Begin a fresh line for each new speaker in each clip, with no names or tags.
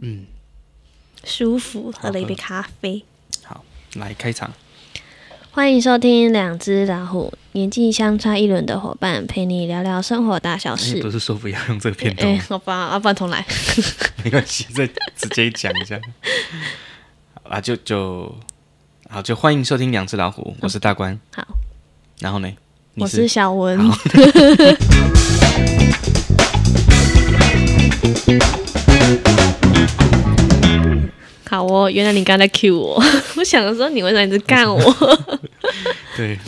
嗯，
舒服，
好嗯
喝了一
喝
杯咖啡。
好，来开场。
欢迎收听《两只老虎》，年纪相差一轮的伙伴陪你聊聊生活大小
你
事。
不哎是说不要用这个片
哎、
头吗？
好吧，啊，不然重来。
没关系，再直接讲一下。 啊，就就好，就欢迎收听两只老虎，我是大关。
嗯好，
然后呢？你
我是小文。 好哦，原来你刚才 cue 我， 我想的时候你为什么一直干 我？
对。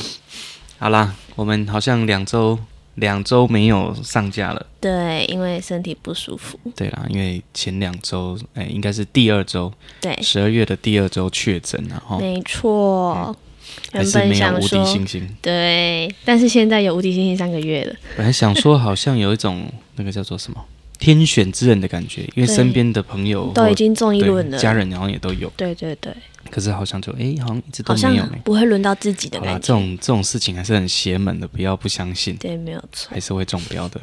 好啦，我们好像两周两周没有上架了。
对，因为身体不舒服。
对啦，因为前两周，哎、应该是第二周，
对，
十二月的第二周确诊然后
没错。
哦嗯还
原
是
本
没有
想
无
说
敌星星。
对，但是现在有无敌星星三个月了。
本来想说，好像有一种那个叫做什么天选之人的感觉，因为
对
身边的朋友
都
或
已经中一
对
轮了，
家人好像也都有，
对对对，
可是好像就哎、好像一直都
好
没
像
有呢。
不会轮到自己的
好啦，
感
这
觉，
种这种事情还是很邪门的，不要不相信，
对，没有错
还，是会中标 的。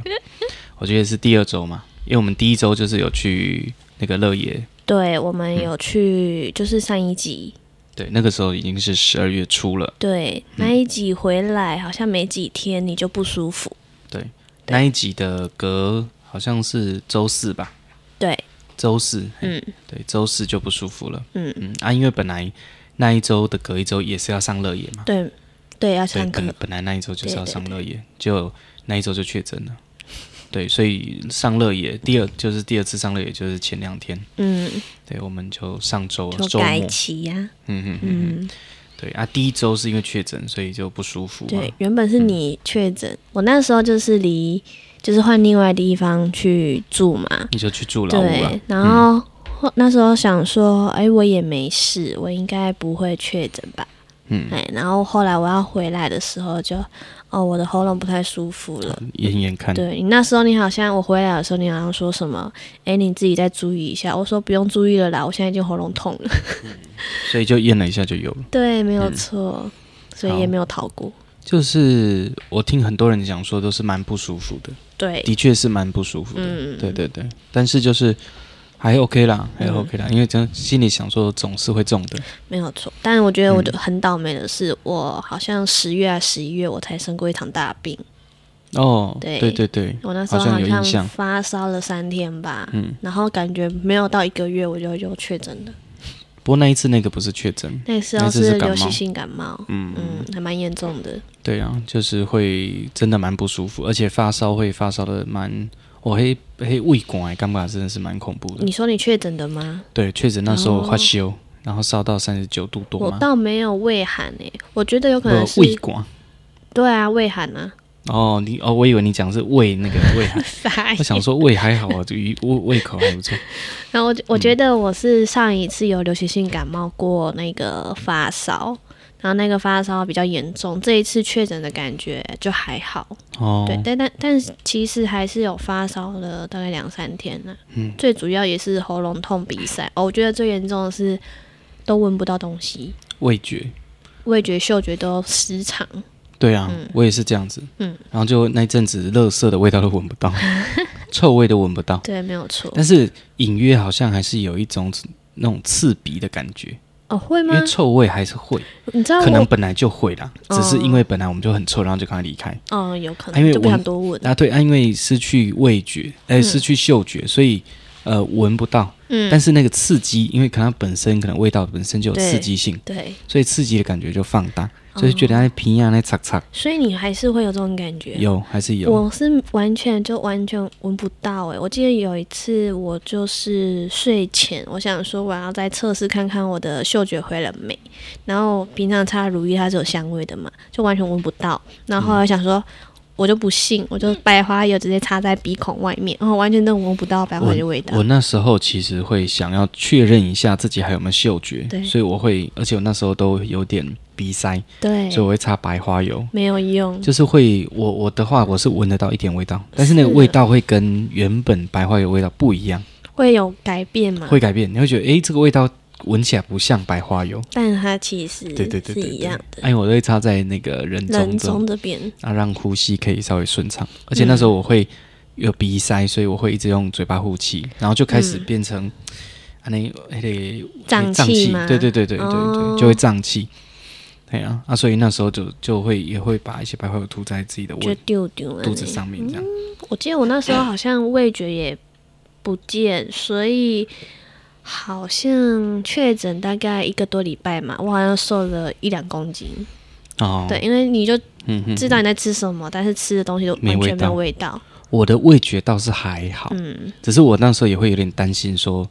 我觉得是第二周嘛，因为我们第一周就是有去那个乐野，
对我们有去，
嗯
就是上一集，
对，那个时候已经是十二月初了，
对那一集回来好像没几天你就不舒服，对
那一集的隔好像是周四吧，
对，
周四，嘿
嗯
对，周四就不舒服了。
嗯，
嗯啊，因为本来那一周的隔一周也是要上乐野嘛，
对对，要
所以
上
本
课，
本来那一周就是要
对对
上乐野，就那一周就确诊了。对，所以上乐野第二就是第二次上乐野就是前两天，
嗯，
对，我们就上周啊周
就
末，
改期啊呀、
嗯嗯嗯，
嗯，
对啊，第一周是因为确诊，所以就不舒服啊嘛
对，，原本是你确
嗯
诊，我那时候就是离，就是换另外地方去住嘛，
你就去住老屋啊了
对，，然后、后那时候想说，哎，我也没事，我应该不会确诊吧？
嗯，
哎，然后后来我要回来的时候就，哦，我的喉咙不太舒服了。
眼眼看，
对你那时候，你好像我回来的时候，你好像说什么？哎，你自己再注意一下。我说不用注意了啦，我现在已经喉咙痛了。
所以就验了一下就有了。
对，没有错，所以
嗯好
也没有逃过。
就是我听很多人讲说都是蛮不舒服的，
对，
的确是蛮不舒服的。
嗯
对对对，但是就是还 OK 啦，还 OK 啦，因为真心里想说总是会中的，
没有错。但是我觉得我
嗯
就很倒霉的是，我好像十月啊十一月我才生过一场大病。
哦，
对
对对对，
我那时候
好像有印
好
象
像发烧了三天吧，
嗯
然后感觉没有到一个月我就又确诊了。
不过那一次那个不是确诊，
那时
那
候
次是感
流
冒
行性感冒，
嗯
嗯，还蛮严重的。
对啊，就是会真的蛮不舒服，而且发烧会发烧的蛮，我黑黑胃管哎，干嘛真的是蛮恐怖的。
你说你确诊的吗？
对，确诊那时候我发烧，然后烧到三十九度多
我
嘛，
倒没有胃寒诶、我觉得有可能是
不胃管。
对啊，胃寒 啊，，
哦，你哦，我以为你讲是胃那个胃寒
傻眼
我想说胃还好啊，就鱼胃胃口还不错。
然后
嗯
我我觉得我是上一次有流行性感冒过那个发烧，然后那个发烧比较严重，这一次确诊的感觉就还好。
哦，
对，但但但是其实还是有发烧了，大概两三天呢、
嗯
最主要也是喉咙痛、鼻塞。哦，我觉得最严重的是都闻不到东西，
味觉。
味觉、嗅觉都失常。
对啊，我也是这样子。
嗯
然后就那一阵子，垃圾的味道都闻不 到，臭味都闻不到，
对，没有错。
但是隐约好像还是有一种那种刺鼻的感觉，
哦，会
因
吗
为？臭味还是会，
你知道
可能
我？
本来就会啦，
哦
只是因为本来我们就很臭，然后就赶快离开。
哦，有可
因为
能，就不
我
想多闻。
啊，对，啊，因为失去味觉，哎、失去嗅觉，所以呃闻不到，但
嗯，
是那个刺激，因为可能它本身可能味道本身就有刺激性，
对，
所以刺激的感觉就放大，
哦
所以觉得那皮啊呀那擦擦
所以你还是会有这种感觉。啊
有还是有。
我是完全就完全闻不到欸诶、我记得有一次我就是睡前，我想说我要再测试看看我的嗅觉回了没，然后平常擦乳液它是有香味的嘛，就完全闻不到。然后后来想说。我就不信，我就白花油直接插在鼻孔外面，然后完全都闻不到白花油的味道
我。那时候其实会想要确认一下自己还有没有嗅觉，
对
所以我会，而且我那时候都有点鼻塞，
对，
所以我会擦白花油，
没有用。
就是会我我的话我是闻得到一点味道，但是那个
是
味道会跟原本白花油味道不一样，
会有改变嘛？
会改变，你会觉得诶，这个味道闻起来不像白花油，
但它其实
对对对
嗯是
对
一样的，
哎，我都会擦在那个人中
人
中
中这边
啊，让呼吸可以稍微顺畅。
嗯
而且那时候我会有鼻塞，所以我会一直用嘴巴呼气，然后就开始变成安尼迄个
胀
胀
气
气
吗，
对对对对对
哦
对，就会胀气。对啊，啊，所以那时候就就会也会把一些白灰油涂在自己的
就
胃
丢丢了
肚子。上面这样。
我记得我那时候好像味觉也不见，所以好像确诊大概一个多礼拜嘛，我好像瘦了一两公斤。
哦，
嗯对，，因为你就
嗯哼，
知道你在吃什么，但是吃的东西都完全没有味道。
我的味觉倒是还好，
嗯，
只是我那时候也会有点担心说，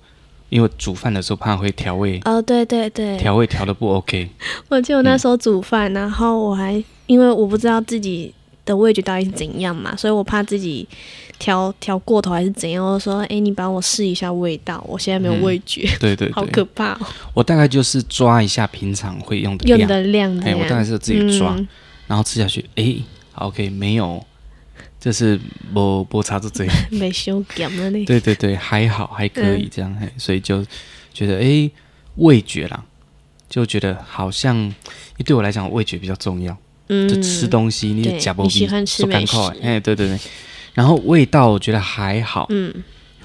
因为煮饭的时候怕会调味，
哦，对对对，
调味调的不 OK。
我记得我那时候煮饭，然后我还因为我不知道自己的味觉到底是怎样嘛，所以我怕自己调调过头还是怎样。我说：“哎、你帮我试一下味道，我现在没有味觉，
嗯对对
好可
对，
怕、哦。
我大概就是抓一下平常会用”的
用
量，
的量这
哎，
样，
我大概是自己抓，
嗯
然后吃下去，哎好，OK，没有，就是没没差这这样。
没修改了嘞。
对对对，还好还可以这样，嘿所以就觉得哎、诶味觉啦，就觉得好像，因为对我来讲，味觉比较重要。
嗯，
就吃东西，你
对
假不
你喜欢吃美食
哎、对对对。然后味道我觉得还好，
嗯，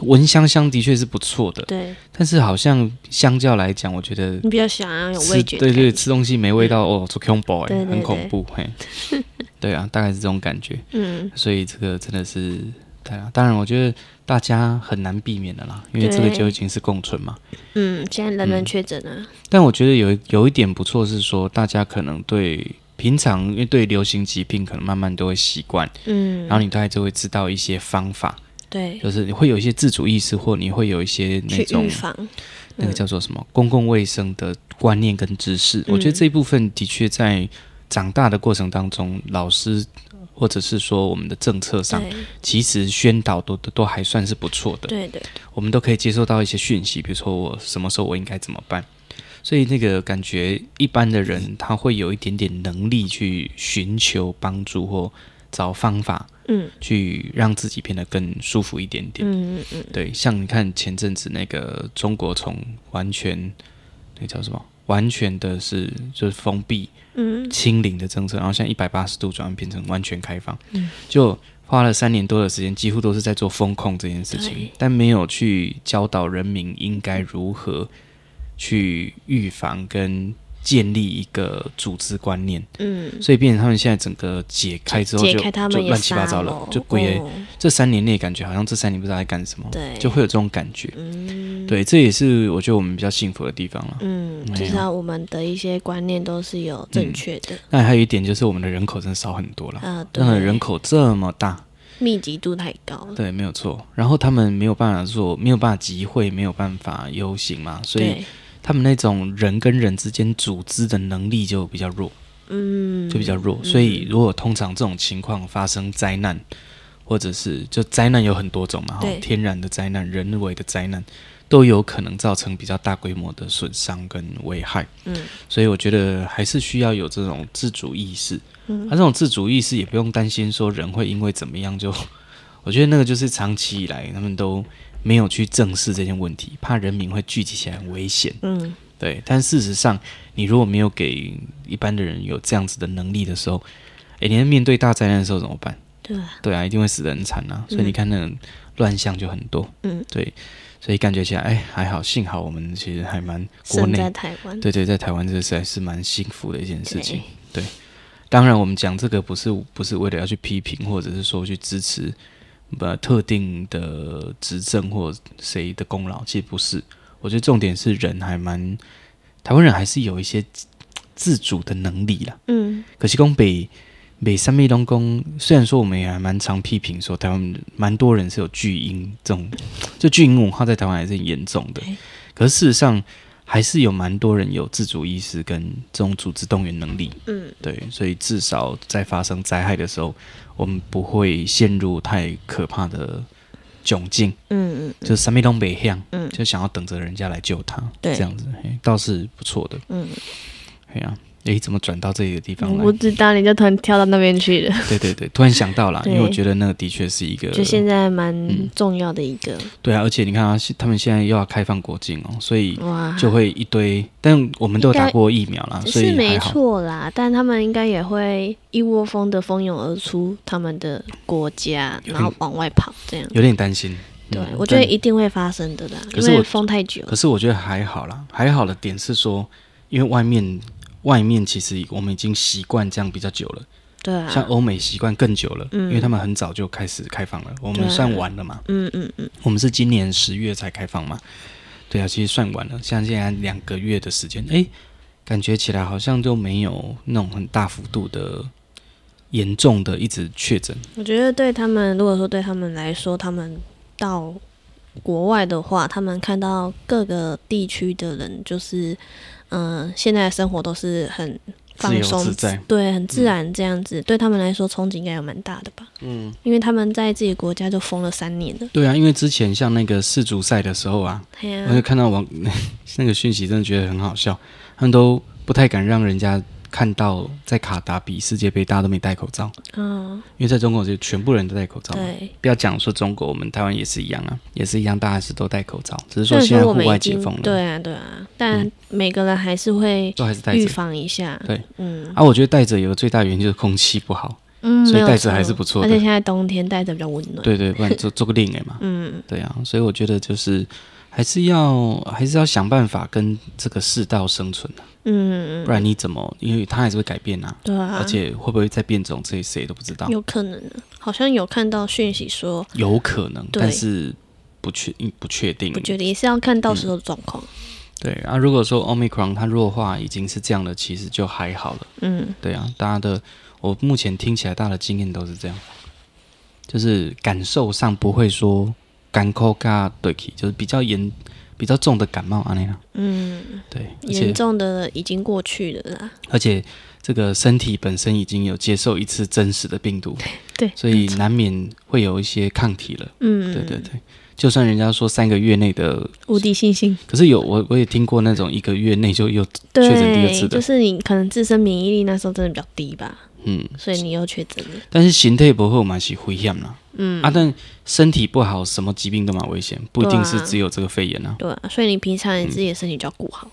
闻香香的确是不错的，
对
但是好像相较来讲，我觉得
你比较想要有
吃
味觉，嗯
对对，，吃东西没味道、哦，做 combo 哎，
对对
很恐怖嘿。 对啊，大概是这种感觉，
嗯，
所以这个真的是。对啊，当然，我觉得大家很难避免的啦，因为这个
对
就已经是共存嘛。
嗯，现在人人确诊啊了，
但我觉得有一有一点不错是说，大家可能对平常因为对流行疾病可能慢慢都会习惯，
嗯，
然后你大概就会知道一些方法，
对，
就是你会有一些自主意识，或你会有一些那
去预
种
防，
那个
嗯
叫做什么公共卫生的观念跟知识。我觉得这一部分的确在长大的过程当中，老师或者是说我们的政策上，
对
其实宣导都都都还算是不错的，
对对，
我们都可以接受到一些讯息，比如说我什么时候我应该怎么办。所以那个感觉，一般的人他会有一点点能力去寻求帮助或找方法，
嗯
去让自己变得更舒服一点点。
嗯嗯嗯，
对，像你看前阵子那个中国从完全那叫什么，完全的是就是封闭
嗯
清零的政策，然后现在一百八十度转换变成完全开放，
嗯
就花了三年多的时间，几乎都是在做风控这件事情
对，
但没有去教导人民应该如何去预防跟。建立一个组织观念，
嗯，
所以变成他们现在整个解开之后就
解开他
就
们也
乱七
傻
八糟
咯
了，就鬼也
哦
这三年内感觉好像这三年不知道在干什么，
对，
就会有这种感觉。
嗯
对，这也是我觉得我们比较幸福的地方了。
嗯，
没
至
有
少我们的一些观念都是有正
嗯
确的，
那还有一点就是我们的人口真的少很多了，
啊，对
那、，人口这么大，
密集度太高了，
对，没有错。然后他们没有办法做，没有办法集会，没有办法游行嘛，所以
对，
他们那种人跟人之间组织的能力就比较弱，
嗯，
就比较弱。所以如果通常这种情况发生灾难，或者是就灾难有很多种嘛，哈
对，
天然的灾难、人为的灾难，都有可能造成比较大规模的损伤跟危害。
嗯
所以我觉得还是需要有这种自主意识。
嗯
而、这种自主意识也不用担心说人会因为怎么样就， 我觉得那个就是长期以来他们都没有去正视这件问题，怕人民会聚集起来很危险。
嗯，
对，但事实上，你如果没有给一般的人有这样子的能力的时候，诶，你在面对大灾难的时候怎么办？
对啊，
对啊，一定会死得很惨啊。所以你看那种乱象就很多，
嗯，
对，所以感觉起来，哎，还好，幸好我们其实还蛮国
生
内
在台湾，
对对，在台湾这实在是蛮幸福的一件事情
对。
对，当然我们讲这个不是不是为了要去批评，或者是说去支持呃特定的执政或谁的功劳，其实不是。我觉得重点是人还蛮台湾人还是有一些自自主的能力啦。
嗯，
可是讲北北三密东宫，虽然说我们也还蛮常批评说台湾蛮多人是有巨婴这种，就巨婴文化在台湾还是很严重的
对。
可是事实上，还是有蛮多人有自主意识跟这种组织动员能力。
嗯，
对，所以至少在发生灾害的时候，我们不会陷入太可怕的窘境，
嗯嗯
就三密东北向，
嗯
就想要等着人家来救他，
对
这样子嘿倒是不错的。
嗯，
哎呀、诶，怎么转到这个地方
我
来？
不知道，你就突然跳到那边去了，
对对对，突然想到了，
对
因为我觉得那个的确是一个，
就现在蛮
嗯
重要的一个，
对啊，而且你看啊，现他们现在又要开放国境哦，所以
哇，
就会一堆，但我们都有打过疫苗啦，所
啊是
以
没
还好。
错啦，但他们应该也会一窝蜂的蜂拥而出他们的国家，然后往外跑这样。
有点担心，嗯
对
嗯，
我觉得
但
一定会发生的啦，
可
因
是我
为封太久
可。是我觉得还好啦，还好的点是说，因为外面外面其实我们已经习惯这样比较久了，
对啊，
像欧美习惯更久了，
嗯
因为他们很早就开始开放了，我
对啊
们算晚了嘛，
嗯嗯嗯，
我们是今年十月才开放嘛，对啊，其实算晚了，像现在两个月的时间，诶，感觉起来好像都没有那种很大幅度的严重的一直确诊，
我觉得对他们，如果说对他们来说，他们到国外的话，他们看到各个地区的人，就是嗯、呃现在的生活都是很放
自由
松
自在嗯
对，很自然这样子，对他们来说冲击应该有蛮大的吧？嗯，因为他们在自己国家就封了三年了，
对啊，因为之前像那个世足赛的时候啊，
哎呀、
我就看到网 那个讯息，真的觉得很好笑。他们都不太敢让人家看到在卡达比世界杯，大家都没戴口罩，
嗯，
因为在中国就全部人都戴口罩嘛。
对，
不要讲说中国，我们台湾也是一样啊，也是一样，大家是都戴口罩，只是
虽
说
然
现在
说我
户
们
外
已
解
经
封了，
对啊对啊，但每个人还是会
都还是戴
预
着。
防一下，
对，
嗯
啊，我觉得戴着有个最大原因就是空气不好，
嗯，
所
没
以
有
戴着还
错
是不错
而
的
且现在冬天戴着比较温暖，
对对，不然做做个另类嘛。
嗯，
对啊，所以我觉得就是还是要还是要想办法跟这个世道生存啊，
嗯，
不然你怎么？因为它还是会改变啊。
对啊，
而且啊会不会再变种，这谁都不知道，
有可能，啊好像有看到讯息说，
有可能，
对
但是不确嗯不确定
我。觉得也是要看到时候的状况。
对啊，如果说 Omicron 它弱化已经是这样的，其实就还好了。
嗯，
对啊，大家的我目前听起来大家的经验都是这样，就是感受上不会说干扣嘎对起，就是比较严比较重的感冒啊那样。
嗯，
对，而
严
且
重的已经过去了啦。
而且这个身体本身已经有接受一次真实的 病毒，
对，
所以难免会有一些抗体了。
嗯，
对对，对，就算人家说三个月内的，
无敌信心，
可是有我我也听过那种一个月内就又确诊第二次
对，
的
就是你可能自身免疫力那时候真的比较低吧，
嗯，
所以你又确诊了。
但是形态不好嘛是危险啦，
嗯，
啊，但身体不好什么疾病都蛮危险，不一定是
对啊
只有这个肺炎啊。
对啊，所以你平常你自己的身体就要顾好。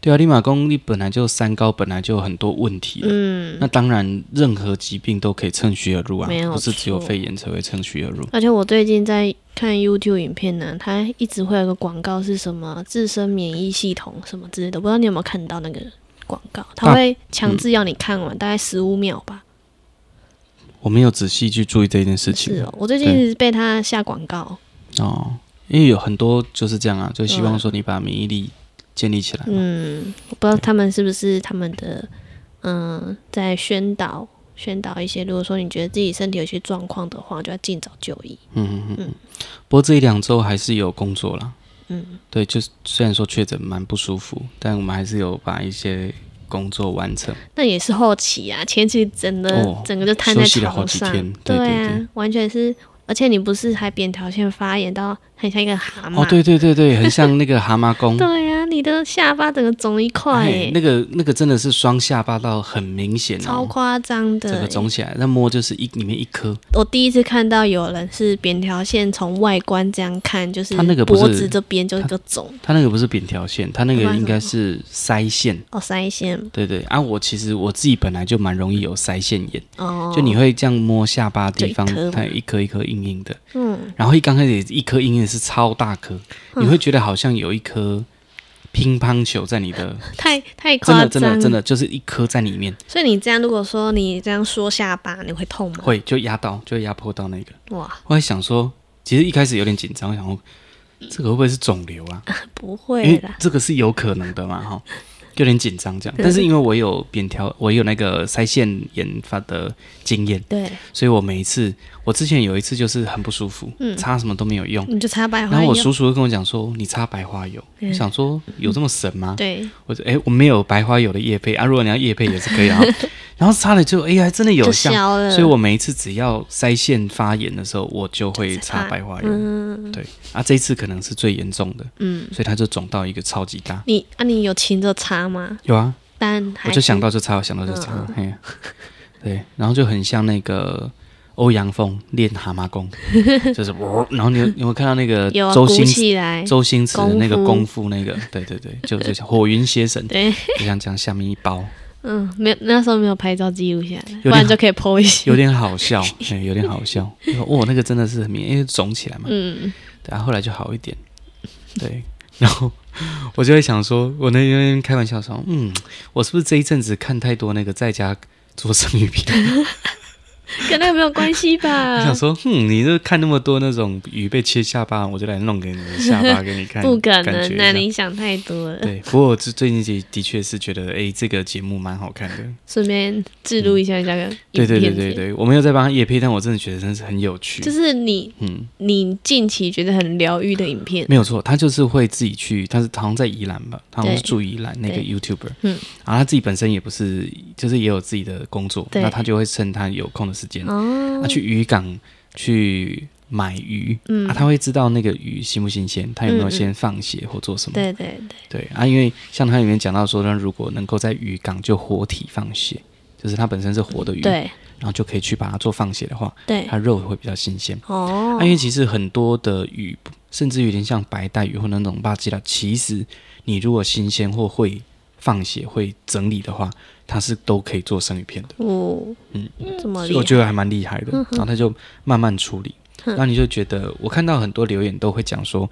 对啊，立马公你本来就三高，本来就有很多问题了。
嗯，
那当然，任何疾病都可以趁虚而入啊
没，有
不是只有
错
肺炎才会趁虚而入。
而且我最近在看 YouTube 影片呢，它一直会有个广告是什么自身免疫系统什么之类的，不知道你有没有看到那个广告？它
大
会强制要你看完，大概十五秒吧。
我没有仔细去注意这件事情
是哦，我最近一直被它下广告。
哦，因为有很多就是这样啊，就希
对
望
啊
说你把免疫力建立起来嘛。
嗯，我不知道他们是不是他们的嗯在宣导宣导一些，如果说你觉得自己身体有一些状况的话，就要尽早就医。
嗯嗯嗯，不过这一两周还是有工作啦。
嗯，
对，就是虽然说确诊蛮不舒服，但我们还是有把一些工作完成。
那也是后期啊，前期整个、
哦
整个就瘫在
休息了好
床
几
上，
天对
对啊，
对对
完全是，而且你不是还扁桃腺发炎到很像一个蛤蟆？
哦，对对对对，很像那个蛤蟆功。
对啊，你的下巴整个肿一块、
哎
欸，
那个那个真的是双下巴到很明显
超
哦，
夸张
整
的
个
欸、
肿起来，那摸就是一里面一颗，
我第一次看到有人是扁桃腺从外观这样看，就是
他那个不是
脖子这边就一个肿
它那个不是扁条线，它那个
不然
应该
什么
是腮腺。
哦，腮腺
对对啊，我其实我自己本来就蛮容易有腮腺炎，
哦，
就你会这样摸下巴地方
就一颗，嘛
它一颗一颗硬硬的，
嗯
然后一刚开始一颗硬硬的是超大颗，你会觉得好像有一颗乒乓球在你 的，
太太
真
夸
的真
张，
的真。的就是一颗在里面，
所以你这样，如果说你这样缩下巴，你会痛吗？
会就压到，就会压迫到那个。
哇，
我还想说，其实一开始有点紧张，我想说这个会不会是肿瘤 啊？
不
因
会
为
啦，
这个是有可能的嘛，哈，有点紧张这样。但是因为我有扁条，我有那个腮腺炎发的经验，
对，
所以我每一次，我之前有一次就是很不舒服，
嗯
擦什么都没有用。
你就擦白花
然后我
油
叔叔就跟我讲说：“你擦白花油。”
嗯
我想说有这么神吗？
对，
我说：“哎，我没有白花油的叶配啊，如果你要叶配也是可 以啊。”然后擦了就哎呀，还真的有
就
效。
消了。
所以我每一次只要腮腺发炎的时候，我就会擦白花油。
嗯
对啊，这一次可能是最严重的，
嗯，
所以它就肿到一个超级大。
你啊，你有勤着擦吗？
有啊，
但还
我就想到就擦，我想到就擦，
嗯
嘿呀、对，然后就很像那个欧阳锋练蛤蟆功，就是喔，然后你有你有没有看到那个
有啊
周
鼓
星驰
起来，
周星驰的那个功
功
夫那个，对对对，就就像火云邪神，
对，
就像这样下面一包，
嗯，没有那时候没有拍照记录下来，不
点
然就可以 po 一些
有。点好笑，嘿有点好笑，哇、哦，那个真的是很明，因为肿起来嘛，
嗯，
然后后来就好一点，对，然后我就会想说，我那天开玩笑说，嗯，我是不是这一阵子看太多那个在家做生鱼片？
跟那个没有关系
我
吧
想？说，哼，你这看那么多那种鱼被切下巴，我就来弄给你的下巴给你 看，
不可
感觉
能
一
那
下
你想太多了。
对，不过我最最近的的确是觉得，哎，这个节目蛮好看的。
顺便记录一下这个
嗯对
影片，
对对对，对，我没有在帮他夜配，但我真的觉得真是很有趣。
就是你
嗯，
你近期觉得很疗愈的影片，
没有错，他就是会自己去，他是好像在宜兰吧，他好像是
对
住宜兰那个
对
YouTuber，
嗯
然后他自己本身也不是，就是也有自己的工作，
对
那他就会趁他有空的时间，
哦
他，啊去渔港去买鱼，
嗯
啊，他会知道那个鱼新不新鲜，他有没
嗯
有
嗯
先放血或做什么，
对对对，
对啊，因为像它里面讲到说，那如果能够在渔港就活体放血，就是它本身是活的鱼，
对
然后就可以去把它做放血的话，
对
它，肉会比较新鲜。
哦
啊，因，为其实很多的鱼，甚至有点像白带鱼或那种巴基拉，其实你如果新鲜或会放血、会整理的话，它是都可以做生鱼片的。
哦，
嗯，
这么
所以
厉
我
害，
觉得还蛮厉害的。
嗯
然后他就慢慢处理，
嗯
然后你就觉得，我看到很多留言都会讲说，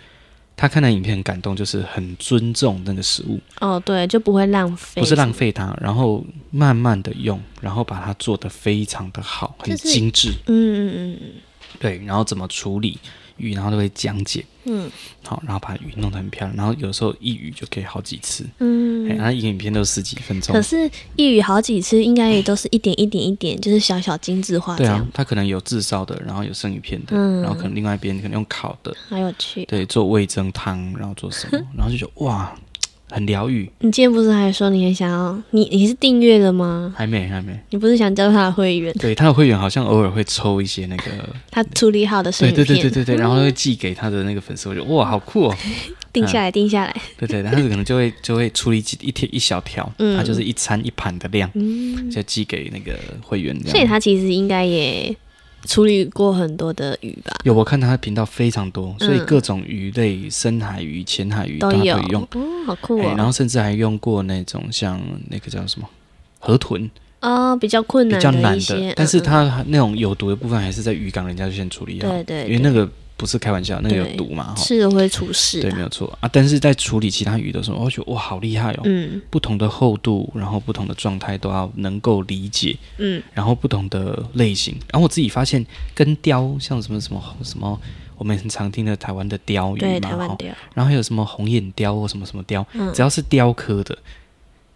他看到影片很感动，就是很尊重那个食物。
哦，对，就不会浪费，
不是浪，费它，然后慢慢的用，然后把它做得非常的好，很
就是
精致，
嗯嗯嗯
对，然后怎么处理鱼，然后都会讲解，
嗯
好，然后把鱼弄得很漂亮，然后有时候一鱼就可以好几次，哎、
嗯
然
嗯。
后一个影片都十几分钟
可，是一语好几次，应该也都是一点一点一点，就是小小精致化这
对
样
啊，，它可能有炙烧的，然后有生鱼片的，
嗯
啊然后可能另外一边可能用烤的，
好有趣。
对，做味增汤，然后做什 么，然后就觉得哇，很疗愈，
你今天不是还说你很想要你你是订阅了吗？
还没还没。
你不是想交他的会员？
对，他的会员好像偶尔会抽一些那个，
他处理好的生
对
鱼
对
片，
对对对对，然 后会寄给他的那个粉丝，我就哇，好酷哦！
定下来，定下来。
对对，他可能就会就会处理几一天一小条，
嗯
它就是一餐一盘的量，
嗯，
就寄给那个会员这
所以
样。
他其实应该也处理过很多的鱼吧，
有我看他的频道非常多，所以
嗯
各种鱼类、深海鱼、浅海鱼
都
它
有
都用，
哦，好酷
哎
哦。
然后甚至还用过那种像那个叫什么河豚，
哦，比较困
比
难
较难
一些，
但是
嗯
它那种有毒的部分还是在渔港人家就先处理好，
对对
因为那个不是开玩笑，那个有
对
毒嘛
嗯
哈。
吃了会出事
对，
啊
没。有错啊！但是在处理其他鱼的时候，我觉得哇，好厉害哦！
嗯
不同的厚度，然后不同的状态都要能够理解，
嗯，
然后不同的类型。然后我自己发现，跟雕像什么什么什么，我们很常听的台湾的鲷鱼
对，
嘛，
台湾
吼
钓，
然后还有什么红眼雕或什么什么雕，
嗯
只要是雕科的，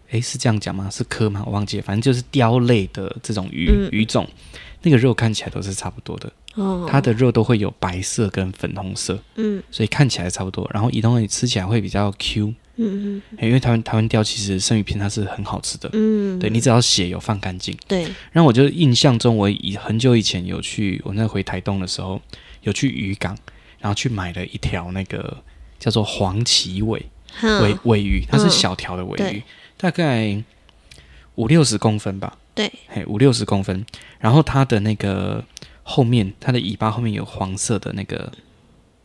诶，是这样讲吗？是科吗？我忘记了，反正就是雕类的这种鱼、
嗯
鱼种，那个肉看起来都是差不多的，
哦，
它的肉都会有白色跟粉红色，
嗯
所以看起来差不多。然后移动也吃起来会比较 Q，
嗯嗯
诶因为台湾台湾雕其实生鱼片它是很好吃的。
嗯，
对你只要血有放干净。
对
然后我就印象中，我以很久以前有去，我那回台东的时候有去渔港，然后去买了一条那个叫做黄鳍尾尾
哼
尾鱼，它是
嗯
小条的尾鱼，
对
大概五六十公分吧，
对，
嘿，五六十公分。然后它的那个后面，它的尾巴后面有黄色的那个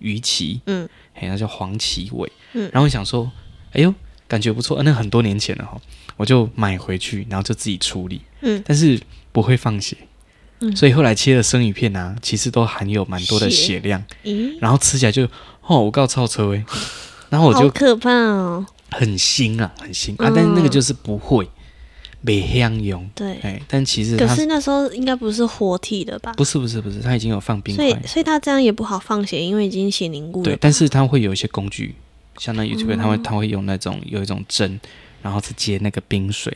鱼鳍，
嗯，
嘿，那叫黄鳍尾。
嗯
然后我想说，哎呦，感觉不错，呃那很多年前了哈，我就买回去，然后就自己处理，
嗯
但是不会放血。
嗯
所以后来切的生鱼片啊，其实都含有蛮多的
血
血量，
咦，
然后吃起来就，哦，我告超 车哎，然后我
好
就
可怕哦。
很腥啊，很腥啊，
嗯
但是那个就是不会，没香油，
对，
哎，但其实
可
它
是那时候应该不是活体的吧？
不是不是不是，它已经有放冰
所以
块，
所以他这样也不好放血，因为已经血凝固
对
了，。
但是它会有一些工具，像
哦
那 YouTube 它会它会用那种有一种针，然后是接那个冰水，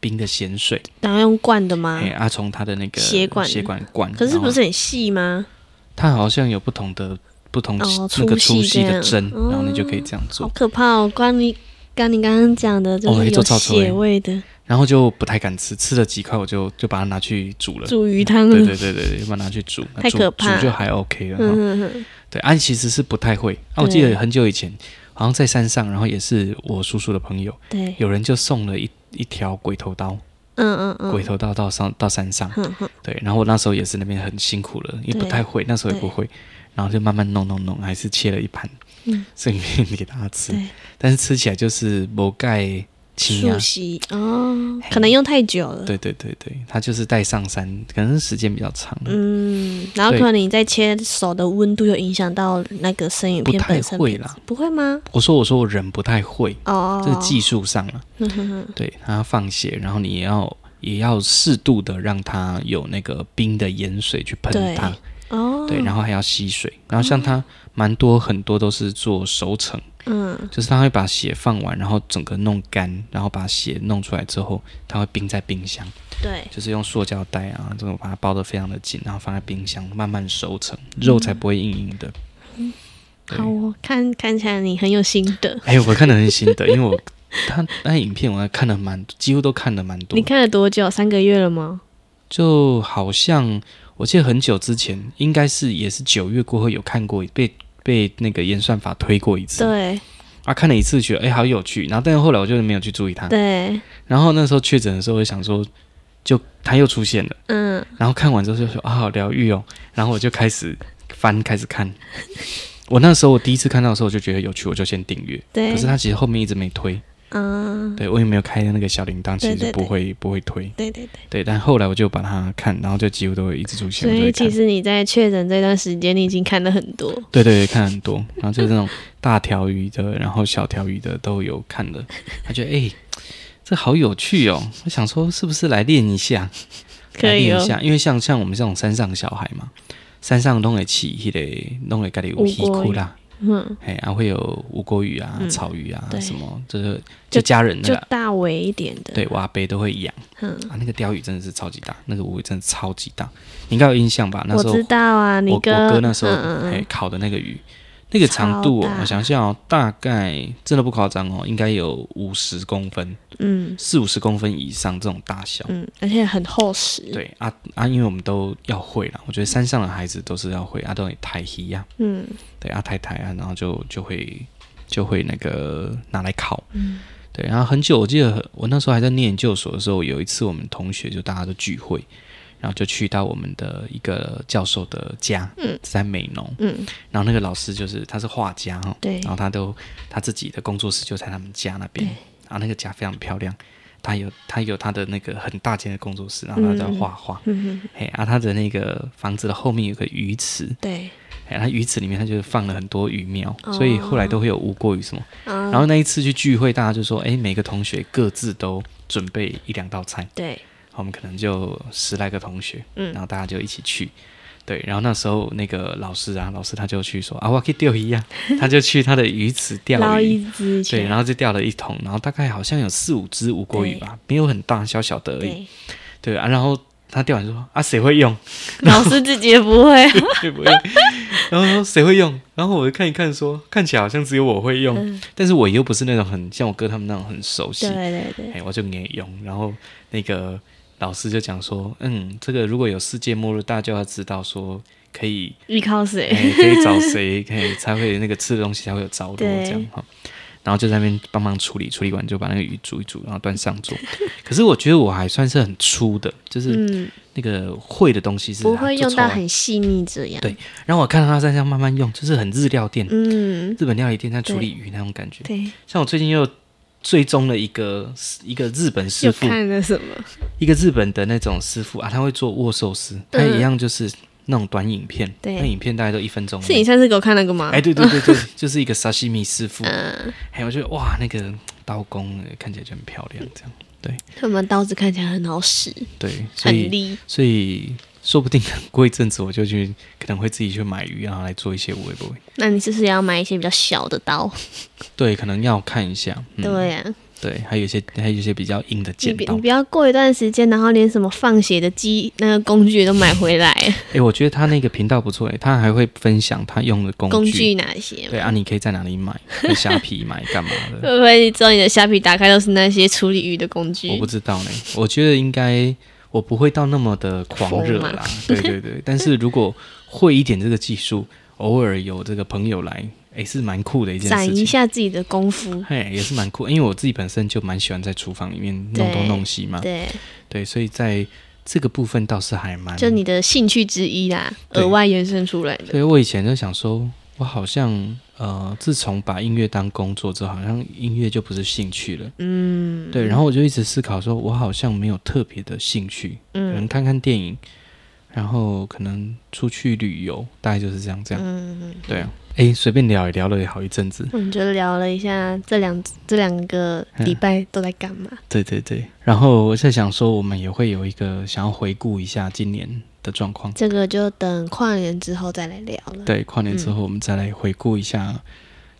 冰的咸水，
然后用灌的吗
哎，？啊，从它的那个
血管
血管灌，
可是
然后
不是很细吗？
它好像有不同的不同
哦
那个
粗细
粗细
这
的
样
针，
哦
然后你就可以这样
好
做，
可怕哦！光你刚你刚刚讲的，就
哦可以
是
做
有
照抽
血味的
然后就不太敢吃，吃了几块我就就把它拿去煮了。
煮鱼汤，
对对对对，要把它拿去煮，那
太
煮
可怕
煮就还 OK 了。哈
嗯嗯
对，啊，其实是不太会。啊，我记
对
得很久以前，好像在山上，然后也是我叔叔的朋友，
对，
有人就送了一一条鬼头刀，
嗯嗯嗯，
鬼头刀到上到山上。
哼哼，
对，然后我那时候也是那边很辛苦了，也不
对
太会，那时候也不会，然后就慢慢弄弄弄，还是切了一盘
嗯
生鱼片给大家吃
对。
但是吃起来就是某盖亲啊
熟，悉哦，可能用太久了。
对对对对，它就是带上山，可能时间比较长，
嗯，然后
对
可能你在切手的温度又影响到那个生鱼
不
片
太
本身，
会啦。
不会吗？
我说我说我人不太会，
哦，
这是技术上啊了，
哼哼哼
对它放血，然后你也要也要适度的让它有那个冰的盐水去喷
对嗯
它，
哦，
对，然后还要吸水，然后像它蛮多很多都是做熟成，
嗯，
就是它会把血放完，然后整个弄干，然后把血弄出来之后，它会冰在冰箱，
对，
就是用塑胶袋啊这种把它包得非常的紧，然后放在冰箱慢慢熟成，肉才不会硬硬的。对
嗯好哦，看看起来你很有心得，
哎、我看得很心得，因为我他那影片我看了蛮，几乎都看了蛮多
你，看了多久？三个月了吗？
就好像我记得很久之前，应该是也是九月过后有看过，被被那个演算法推过一次，
对
啊，看了一次觉得哎、好有趣，然后但是后来我就没有去注意它，
对，
然后那时候确诊的时候，我就想说，就它又出现了，
嗯，
然后看完之后就说啊，好疗愈哦，然后我就开始翻开始看， 我那时候我第一次看到的时候我就觉得有趣，我就先订阅，
对，
可是它其实后面一直没推。
嗯，
对我也没有开那个小铃铛，其
对
实
对
不
对
会不会推。
对对对，
对，但后来我就把它看，然后就几乎都会一直出现，
所
我就
以
会看
其。实你在确诊这段时间，你已经看了很多，
对对对，看很多，然后就是那种大条鱼的，然后小条鱼的都有看的。他觉得哎、这好有趣哦！我想说是不是来练一下，
可以
来
哦
练一，下，因为像像我们这种山上小孩嘛，山上都会起迄个，弄会家里有
乌
鱼
龟
窟啦，
嗯，
哎，啊会有乌龟鱼啊、
嗯
草鱼啊
对
什么，就是就
就
家人的
就
啦，
大尾一点的，
嗯啊对，挖贝都会养。
嗯，
啊，那个鲷鱼真的是超级大，那个乌龟真的超级大，你应该有印象吧？那
我
时候
知道啊，你
我我哥那时候
嗯嗯
哎、
嗯
烤的那个鱼，那个长度、
超
哦
大，
我想想哦，大概真的不夸张哦，应该有五十公分，
嗯
四五十公分以上这种大小。
嗯，而且很厚实，
对啊啊，因为我们都要会啦，我觉得山上的孩子都是要会啊，都会抬鱼呀、
嗯
对啊抬抬啊，然后就就会就会那个拿来烤。
嗯
对，然后很久，我记得我那时候还在念研究所的时候，有一次我们同学就大家都聚会，然后就去到我们的一个教授的家，
嗯
在美农，
嗯，
然后那个老师就是他是画家哈、哦，
对
然后他都他自己的工作室就在他们家那边
对，
然后那个家非常漂亮，他有他有他的那个很大间的工作室，然后他在画画，
嗯哼哼，
嘿，啊他的那个房子的后面有个鱼池，
对，
哎，他鱼池里面他就放了很多鱼苗，所以后来都会有无过鱼什么。
哦啊
然后那一次去聚会，大家就说，哎，每个同学各自都准备一两道菜，
对，
我们可能就十来个同学，
嗯
然后大家就一起去。对，然后那时候那个老师啊，老师他就去说啊，我可以 钓鱼啊，他就去他的鱼池钓
捞
鱼，
一只起
对，
来
然后就钓了一桶，然后大概好像有四五只无过鱼吧，没有很大，小小的而已，
对，
对啊，然后他钓完就说啊，谁会用？
老师自己也不会啊，
会不会？然后说谁会用？然后我就看一看说，看起来好像只有我会用，
嗯
但是我又不是那种很像我哥他们那种很熟悉
对，对对，
哎，我就没用。然后那个老师就讲说，嗯，这个如果有世界末日，大家就要知道说可 以，
依靠谁？
哎，可以找谁，可以才会那个吃的东西才会有着落
对
这样哈。然后就在那边帮忙处理，处理完就把那个鱼煮一煮，然后端 上桌。可是我觉得我还算是很粗的，就是
嗯，
那个会的东西是啊
不
还
会
就
用
抽
到
完
很细腻这样，
对然后我看到他在这样慢慢用，就是很日料店、
嗯，
日本料理店在处理鱼那种感觉。
对，
像我最近又追踪了一个一个日本师
又
傅，嗯
看了什么？
一个日本的那种师傅啊，他会做握寿司，他
嗯
一样就是那种短影片，
对
那影片大概都一分钟。
是你上次给我看那个吗？
哎，对 对对对，就是一个沙西米师傅，
嗯，
哎，我觉得哇，那个刀工呃看起来就很漂亮，这样
他们刀子看起来很好使，
对，所
很
以
利，
所以说不定过一阵子我就去，可能会自己去买鱼，然啊后来做一些微波。
那你是不是也要买一些比较小的刀？
对，可能要看一下，嗯、
对呀，
对，还有一些还有一些比较硬的
你
剪
不
刀
你不。要过一段时间，然后连什么放血的机那个工具都买回来，
诶，哎我觉得他那个频道不错诶，哎他还会分享他用的 工具。
工具哪些？
对啊，你可以在哪里买？在虾皮买干嘛的？
会不会之后你的虾皮打开都是那些处理鱼的工具
我？不知道呢。我觉得应该我不会到那么的狂热
疯
啦。对对对，但是如果会一点这个技术，偶尔有这个朋友来，诶，是蛮酷的一件
展
事
一
情。
下自己的功夫。
嘿，也是蛮酷，因为我自己本身就蛮喜欢在厨房里面弄东
对
弄西嘛。
对，
对，所以在这个部分倒是还蛮
就你的兴趣之一啦，
对
额外延伸出来的。
所以我以前就想说，我好像呃，自从把音乐当工作之后，好像音乐就不是兴趣了。
嗯，
对，然后我就一直思考说，我好像没有特别的兴趣，可能
嗯
看看电影，然后可能出去旅游，大概就是这样这样。
嗯，
对啊，诶，随便聊也聊了好一阵子。
我们就聊了一下这两这两个礼拜都在干嘛。
对对对，然后我在想说，我们也会有一个想要回顾一下今年的状况。
这个就等跨年之后再来聊了。
对，跨年之后我们再来回顾一下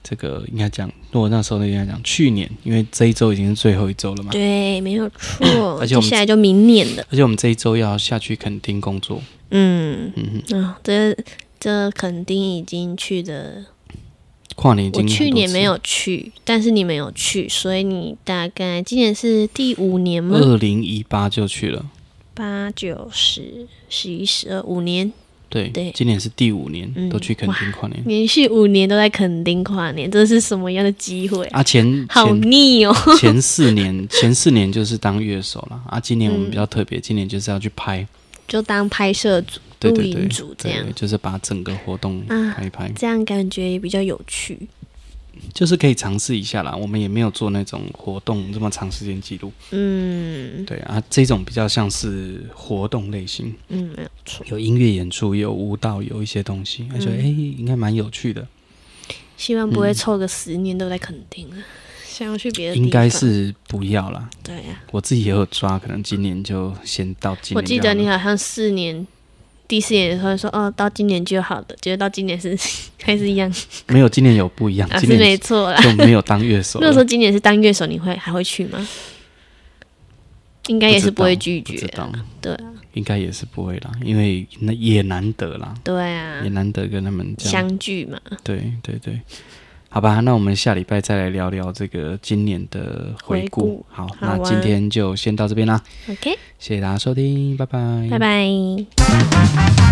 这个，应该讲，如果那时候的应该讲去年，因为这一周已经是最后一周了嘛。
对，没有错。
嗯而且
接
我们
下来就明年了。
而且我们这一周要下去垦丁工作，
嗯，
嗯，哼，
啊、这这肯定已经去的。
跨年已
我
经
去
很多
年
次
没，有去，但是你没有去，所以你大概今年是第五年吗？
二零一八就去了，
八九十十一十二五年，
对，
对
今年是第五年、
嗯
都去垦丁跨年，
连续五年都在垦丁跨年，这是什么样的机会？
啊前
好
前
腻哦！
前四年前四年就是当乐手了，啊今年我们比较特别，今年就是要去拍，
就当拍摄组、
对
录
对
影
对，
嗯组这
对
样，
就是把整个活动
啊
拍一拍，
这样感觉也比较有趣。
就是可以尝试一下啦。我们也没有做那种活动这么长时间记录，
嗯
对啊，这种比较像是活动类型，
嗯，没有错。
有音乐演出，有舞蹈，有一些东西，而且
嗯
诶哎应该蛮有趣的，
希望不会
嗯
凑个十年都在垦丁了，想要去别的地方。
应该是不要啦。
对呀、
我自己也有抓，可能今年就先到今年就好了。
我记得你好像四年，第四年的时候说哦，到今年就好了，结果到今年是还是一样，
没有，今年有不一样，
啊
今
是没
年
错 啦。
就没有当乐 手
如果
了
说。今年是当乐手，你会还会去吗？应该也是不会拒绝
不知
啊、
道，
对啊，
应该也是不会啦，因为那也难得啦，
对啊
也，难得跟他们这样。
相聚嘛，
对对对，好吧，那我们下礼拜再来聊聊这个今年的回顾。
回顾
好，
好
那
啊
今天就先到这边啦，
OK，
谢谢大家收听，拜拜，
拜拜。